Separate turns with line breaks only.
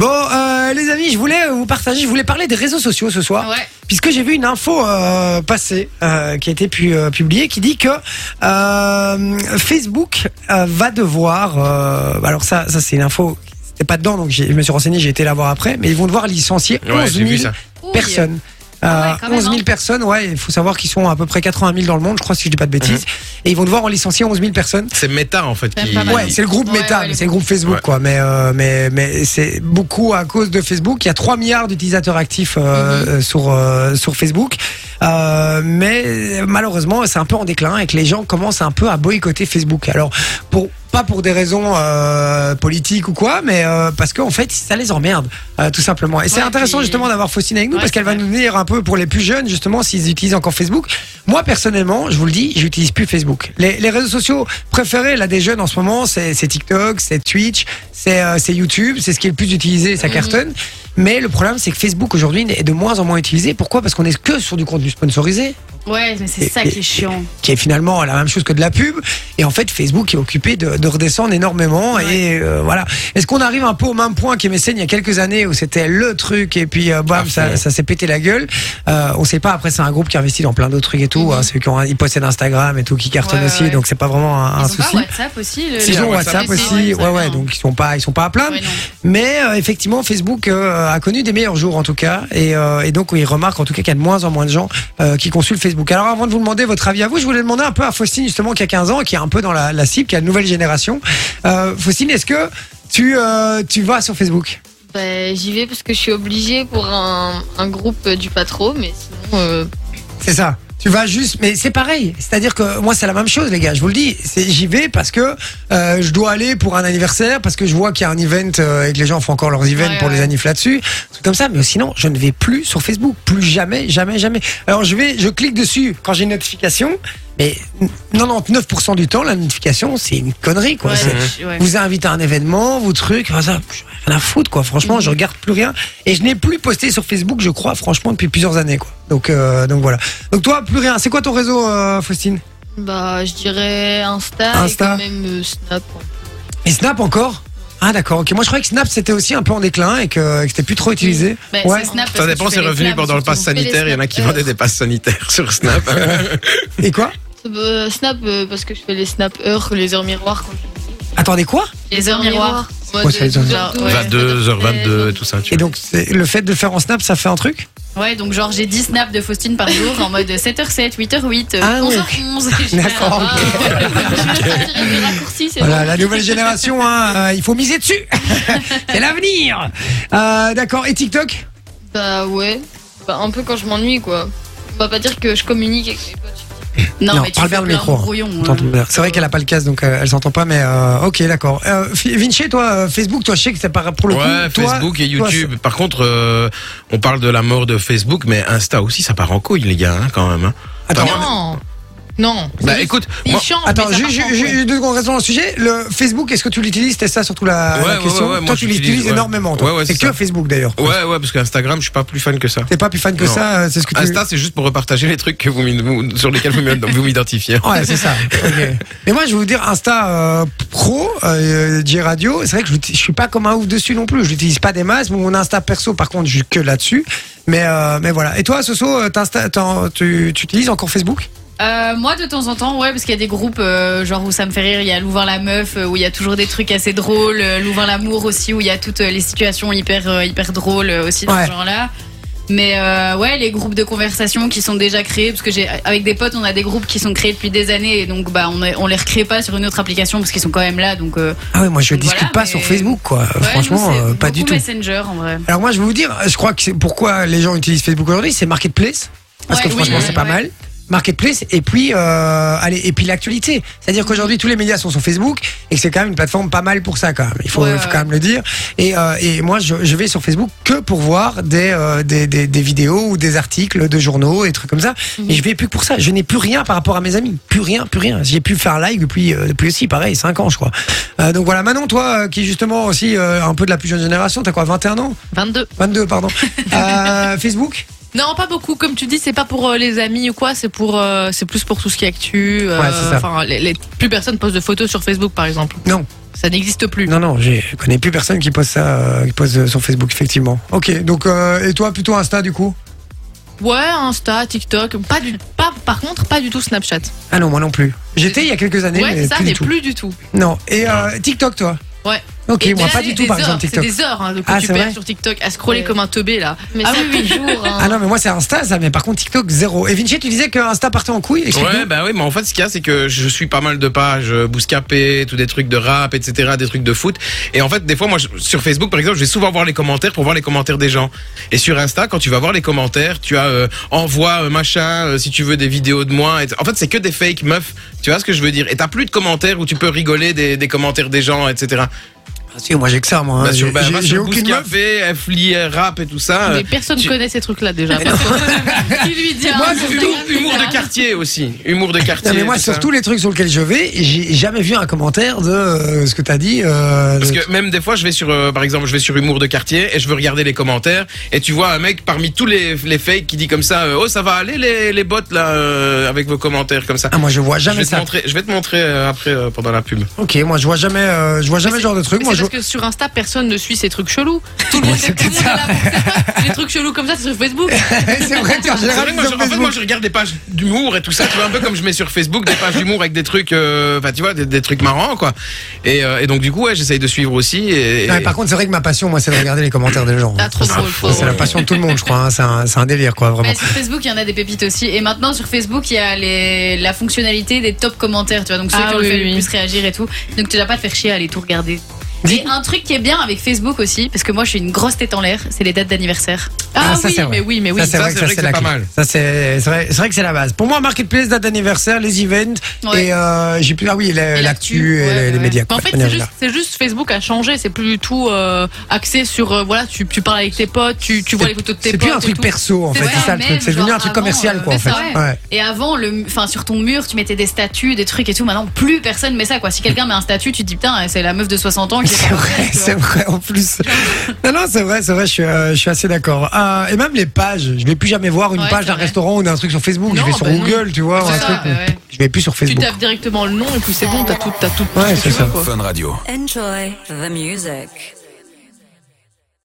euh, amis, je voulais vous partager, je voulais parler des réseaux sociaux ce soir.
Ouais.
Puisque j'ai vu une info euh, passer euh, qui a été pu- euh, publiée qui dit que euh, Facebook euh, va devoir. euh, alors, ça, ça c'est une info qui n'était pas dedans, donc j'ai- je me suis renseigné, j'ai été la voir après, mais ils vont devoir licencier
Ouais,
11
j'ai
000
vu ça.
Ouh,
personnes.
Ah ouais, quand
Euh,
même,
11 000
hein.
personnes, ouais, il faut savoir qu'ils sont à peu près 80 000 dans le monde, je crois, si je dis pas de bêtises.
Mmh.
Et ils vont devoir en licencier 11 000 personnes.
C'est méta en fait.
C'est
Qui...
pas mal.
Ouais, c'est le groupe
Ouais,
Meta,
ouais,
mais
les
c'est le groupe Facebook,
Ouais.
quoi. Mais, euh, mais, mais c'est beaucoup à cause de Facebook. Il y a 3 milliards d'utilisateurs actifs euh,
Mhm.
euh, sur, euh, sur Facebook. Euh, mais euh, malheureusement, c'est un peu en déclin et que les gens commencent un peu à boycotter Facebook. Alors, pour, pas pour des raisons euh, politiques ou quoi, mais euh, parce qu'en fait, ça les emmerde, euh, tout simplement. Et c'est
Ouais,
intéressant
puis-
justement d'avoir Faustine avec nous
Ouais,
parce qu'elle
c'est
va
vrai.
nous dire un peu pour les plus jeunes, justement, s'ils utilisent encore Facebook. Moi, personnellement, je vous le dis, j'utilise plus Facebook. Les, les réseaux sociaux préférés, là, des jeunes en ce moment, c'est c'est TikTok, c'est Twitch, c'est euh, c'est YouTube, c'est ce qui est le plus utilisé, ça cartonne. Mais le problème, c'est que Facebook aujourd'hui est de moins en moins utilisé. Pourquoi Parce qu'on est que sur du contenu sponsorisé,
Ouais, mais c'est ça qui est chiant.
qui est finalement la même chose que de la pub. Et en fait, Facebook est occupé de, de redescendre énormément.
Ouais.
Et euh, voilà. Est-ce qu'on arrive un peu au même point qu'MSN il y a quelques années où c'était le truc et puis euh, bam,
À
ça,
fond.
ça s'est pété la gueule. Euh, on sait pas. Après, c'est un groupe qui investit dans plein d'autres trucs et tout.
Mhm.
hein. Ceux qui ont, ils possèdent Instagram et tout qui cartonnent
Ouais,
aussi.
ouais.
Donc c'est pas vraiment un, un
Ils ont
souci.
pas WhatsApp aussi. le-
Si,
Ils
le-
ont
Ouais,
WhatsApp
c'est
aussi,
vrai,
ouais, ouais,
hein.
donc ils sont pas, ils sont pas à plaindre.
Ouais, non.
Mais euh, effectivement, Facebook euh, a connu des meilleurs jours en tout cas, et, euh, et donc il remarque en tout cas qu'il y a de moins en moins de gens euh, qui consultent Facebook. Alors avant de vous demander votre avis à vous, je voulais demander un peu à Faustine justement qui a 15 ans, qui est un peu dans la, la cible, qui a la nouvelle génération. Euh, Faustine, est-ce que tu euh, tu vas sur Facebook
Bah, j'y vais parce que je suis obligée pour un, un groupe du patro, mais sinon. euh,
C'est ça. Tu vas juste, mais c'est pareil. C'est-à-dire que moi, c'est la même chose, les gars. Je vous le dis, C'est- j'y vais parce que euh, je dois aller pour un anniversaire, parce que je vois qu'il y a un event euh, et que les gens font encore leurs events
Ouais,
pour
ouais.
les anniversaires là-dessus, tout comme ça. Mais sinon, je ne vais plus sur Facebook, plus jamais, jamais, jamais. Alors je vais, je clique dessus quand j'ai une notification, mais 99% du temps, la notification, c'est une connerie, quoi.
Ouais,
C'est-
je- ouais.
vous invite à un événement, vous truc, enfin, ça, j'en ai rien à foutre quoi. Franchement,
Mhm.
je regarde plus rien et je n'ai plus posté sur Facebook, je crois, franchement, depuis plusieurs années quoi. Donc, euh, donc voilà. Donc toi, plus rien. C'est quoi ton réseau, euh, Faustine
bah, je dirais Insta,
Insta.
et quand même euh, Snap.
Et Snap encore Ah d'accord. Ok. Moi, je croyais que Snap c'était aussi un peu en déclin et que, que c'était plus trop utilisé.
Bah,
Ouais.
c'est Snap,
Ça
parce que
dépend,
tu
c'est
fais les
revenu
flammes,
pendant le pass
surtout.
sanitaire. Il y en a qui
snap-
vendaient des passes sanitaires sur Snap.
Et quoi
Euh, snap, euh, parce que je fais les Snap heures, les heures miroirs. Quand je...
Attendez quoi
Les heures miroirs.
Moi,
quoi, ça, les heures
genre,
miroirs
Bah, ouais.
22h22 et tout ça. Tu
Et donc c'est- le fait de le faire en Snap, ça fait un truc
Ouais, donc genre j'ai 10 snaps de Faustine par jour en mode 7h7, 8h8.
Ah ouais.
11h11.
D'accord.
Ah,
ok.
ouais. Je vais sortir des raccourcis, c'est
Voilà,
bon.
la nouvelle génération, hein, euh, il faut miser dessus. c'est l'avenir. Euh, d'accord. Et TikTok
Bah, ouais. Bah, un peu quand je m'ennuie, quoi. On va pas dire que je communique avec mes potes.
Non,
Non,
mais tu
parle
fais
bien
plein
le
de
micro, hein.
brouillons,
T'entends
hein.
bien. C'est vrai qu'elle a pas le casque, donc euh, elle s'entend pas, mais euh, ok, d'accord. Euh, Fi- Vinci, toi, euh, Facebook, toi, je sais que c'est pas pour le
Ouais,
coup. toi-
Facebook et
toi,
YouTube. Par contre, euh, on parle de la mort de Facebook, mais Insta aussi, ça part en couille, les gars, hein, quand même. hein.
Attends.
Enfin, moi-
Non. Non.
bah écoute,
Ils
moi-
changent,
Attends,
mais ça
ju-
part
ju-
en
ju-
couille.
deux secondes, restons dans le sujet. Le Facebook, est-ce que tu l'utilises C'était ça surtout la,
Ouais,
la
ouais,
question.
ouais, ouais,
toi,
moi,
tu
j'utilise,
l'utilises
ouais.
énormément. toi.
Ouais, ouais,
c'est
c'est
que
ça.
Facebook d'ailleurs.
ouais, ouais, parce qu'Instagram, je suis pas plus fan que ça.
T'es pas plus fan que
Non.
ça, euh, c'est ce que tu.
Insta, c'est juste pour repartager les trucs que vous, m'id- sur lesquels vous m'id- vous m'identifiez.
Ouais, c'est ça. ok. Mais moi, je vais vous dire, Insta euh, Pro, euh, J-Radio, c'est vrai que je, l'uti- je suis pas comme un ouf dessus non plus. Je l'utilise pas des masses. Mon Insta perso, par contre, je suis que là-dessus. Mais, euh, mais voilà. Et toi, Soso, euh, t'insta- t'en- tu, tu utilises encore Facebook
Euh, moi, de temps en temps, ouais, parce qu'il y a des groupes, euh, genre où ça me fait rire, il y a Louvain la meuf, euh, où il y a toujours des trucs assez drôles, euh, Louvain l'amour aussi, où il y a toutes euh, les situations hyper, euh, hyper drôles euh, aussi dans
Ouais.
ce genre-là. Mais euh, ouais, les groupes de conversation qui sont déjà créés, parce que j'ai, avec des potes, on a des groupes qui sont créés depuis des années, et donc bah, on, est- on les recrée pas sur une autre application parce qu'ils sont quand même là, donc euh,
Ah ouais, moi, je
Voilà,
discute pas
mais-
sur Facebook, quoi.
ouais,
Franchement,
nous, c'est
euh, pas du
beaucoup
tout.
Messenger en vrai.
Alors moi, je vais vous dire, je crois que c'est pourquoi les gens utilisent Facebook aujourd'hui, c'est marketplace parce
Ouais,
que
oui,
franchement,
ouais,
c'est pas
ouais.
mal. Marketplace et puis euh, allez et puis l'actualité. C'est-à-dire qu'aujourd'hui tous les médias sont sur Facebook et que c'est quand même une plateforme pas mal pour ça quand même. Il faut,
Ouais,
il faut
ouais.
quand même le dire. Et, euh, et moi je, je vais sur Facebook que pour voir des, euh, des, des des vidéos ou des articles de journaux et trucs comme ça.
Mhm.
Et je vais plus que pour ça. Je n'ai plus rien par rapport à mes amis. Plus rien, plus rien. J'ai pu faire live depuis euh, depuis aussi pareil 5 ans je crois. Euh, donc voilà. Manon toi euh, qui est justement aussi euh, un peu de la plus jeune génération. T'as quoi 21 ans
22.
22, pardon. Euh, Facebook
Non, pas beaucoup. Comme tu dis, c'est pas pour euh, les amis ou quoi. C'est pour, euh, c'est plus pour tout ce qui est actu. euh,
Ouais, c'est ça.
Enfin, les, les- plus personne poste de photos sur Facebook, par exemple.
Non.
Ça n'existe plus.
Non, non, j'ai- je connais plus personne qui poste ça, euh, qui poste euh, sur Facebook, effectivement. Ok, donc, euh, et toi, plutôt Insta, du coup
Ouais, Insta, TikTok, pas du, pas, par contre, pas du tout Snapchat.
Ah non, moi non plus. J'étais il y a quelques années,
ouais,
mais
ça,
plus
mais
du tout.
plus du tout.
Non, et euh, TikTok, toi
Ouais.
Ok,
Et
moi
des-
pas du
des
tout, par
heures,
exemple, TikTok.
C'est des heures hein, que
Ah,
tu
c'est
perds
vrai
sur TikTok à scroller
Ouais.
comme un teubé là.
Mais
Ah
ça,
oui, oui.
toujours. hein.
Ah non, mais moi c'est Insta, ça, mais par contre TikTok, zéro. Et Vinci, tu disais que Insta partait en couille explique-nous.
Ouais, bah oui, mais en fait, ce qu'il y a, c'est que je suis pas mal de pages, euh, Bouscapé, tout des trucs de rap, etc., des trucs de foot. Et en fait, des fois, moi, je- sur Facebook, par exemple, je vais souvent voir les commentaires pour voir les commentaires des gens. Et sur Insta, quand tu vas voir les commentaires, tu as euh, envoie euh, machin, euh, si tu veux des vidéos de moi. Et t- en fait, c'est que des fake meufs. Tu vois ce que je veux dire Et t'as plus de commentaires où tu peux rigoler des, des commentaires des gens, etc.
Ah, si, moi j'ai que ça, moi. hein.
Bah, sur-
J'ai-
bah, va
j'ai j'ai
sur
aucune meuf.
Bouscapé, Fli, rap et tout
Ah,
ça. euh,
Mais personne
tu-
connaît ces trucs-là déjà.
Qui lui dit
Moi,
un
c'est
Instagram,
Humour,
c'est
humour
ça.
de quartier aussi. Humour de quartier.
Non, mais moi,
tout
sur
ça.
tous les trucs sur lesquels je vais, j'ai jamais vu un commentaire de euh, ce que t'as dit. euh,
Parce
de-
que même des fois, je vais sur, euh, par exemple, je vais sur Humour de quartier et je veux regarder les commentaires et tu vois un mec parmi tous les, les fakes qui dit comme ça, euh, oh ça va aller les, les bots là euh, avec vos commentaires comme ça.
Ah, moi je vois
je, vais
jamais
te
ça.
montrer, je vais te montrer euh, après euh, pendant la pub.
Ok, moi je vois jamais, euh, je vois jamais
Mais
ce genre de truc.
Mais
Moi
c'est
je
parce que sur Insta, personne ne suit ces trucs chelous. Tout le monde, tout le monde est là pour ça. Les trucs chelous comme ça, c'est sur Facebook.
c'est vrai qu'en
C'est
général,
vrai que moi,
sur
je- en fait,
Facebook-
moi je regarde des pages d'humour et tout ça, tu vois, un peu comme je mets sur Facebook des pages d'humour avec des trucs, euh, enfin tu vois, des, des trucs marrants quoi. Et, euh, et donc du coup, ouais, j'essaye de suivre aussi. Et,
Ouais, par contre, c'est vrai que ma passion, moi, c'est de regarder les commentaires des gens.
Ah, trop
Ça,
drôle,
c'est- C'est la
trop
passion de tout le monde, je crois. hein. C'est un, c'est un délire, quoi, vraiment.
Mais Ah, sur Facebook, il y en a des pépites aussi. Et maintenant, sur Facebook, il y a les... la fonctionnalité des top commentaires, tu vois. Donc, ceux
Ah
qui ont
oui,
fait
oui.
le plus réagir et tout. Donc, tu n'as pas te faire chier à aller tout regarder.
Dis-
Et un truc qui est bien avec Facebook aussi, parce que moi, je suis une grosse tête en l'air, c'est les dates d'anniversaire.
Ah,
Ah,
ça,
oui,
c'est vrai.
mais oui, mais oui.
ça, c'est
ça,
vrai que
c'est
ça,
vrai
c'est
que
la
c'est
clé.
pas mal.
Ça, c'est c'est vrai, c'est vrai que c'est la base. Pour moi, marketplace, date d'anniversaire, les events.
Ouais.
Et euh, j'ai plus. Ah oui, la-
Et
l'actu
l'actu,
et
ouais,
les- les
ouais.
médias.
Mais
quoi,
en fait,
de manière
c'est juste, c'est juste Facebook a changé. C'est plus du tout euh, axé sur euh, voilà, tu, tu parles avec tes potes, tu, tu vois les photos de
générale.
tes
C'est
potes.
plus un
et
truc
tout.
perso, en
C'est
fait.
vrai,
C'est ça le truc.
même,
C'est devenu un
genre,
truc
avant,
commercial,
euh,
quoi, en fait.
c'est ça,
Ouais.
Et avant, le... enfin, sur ton mur, tu mettais des statues, des trucs et tout. Maintenant, plus personne met ça, quoi. Si quelqu'un met un statut, tu te dis, putain, c'est la meuf de 60 ans qui est
C'est
pas
vrai,
tu vois.
c'est vrai en plus. Non, non, c'est vrai, c'est vrai, je suis, euh, je suis assez d'accord. Euh, et même les pages, je vais plus jamais voir une
Ouais,
page
c'est
d'un
vrai.
restaurant ou d'un truc sur Facebook. je
Non,
vais sur
bah non.
Google, tu vois, ou
C'est
un
ça,
truc.
ouais, ouais.
Je vais plus sur
Tu
Facebook.
tapes directement le nom et puis c'est bon, t'as tout, t'as tout.
Ouais,
ce que
c'est
tu
ça.
veux, quoi.
Fun Radio.
Enjoy the music.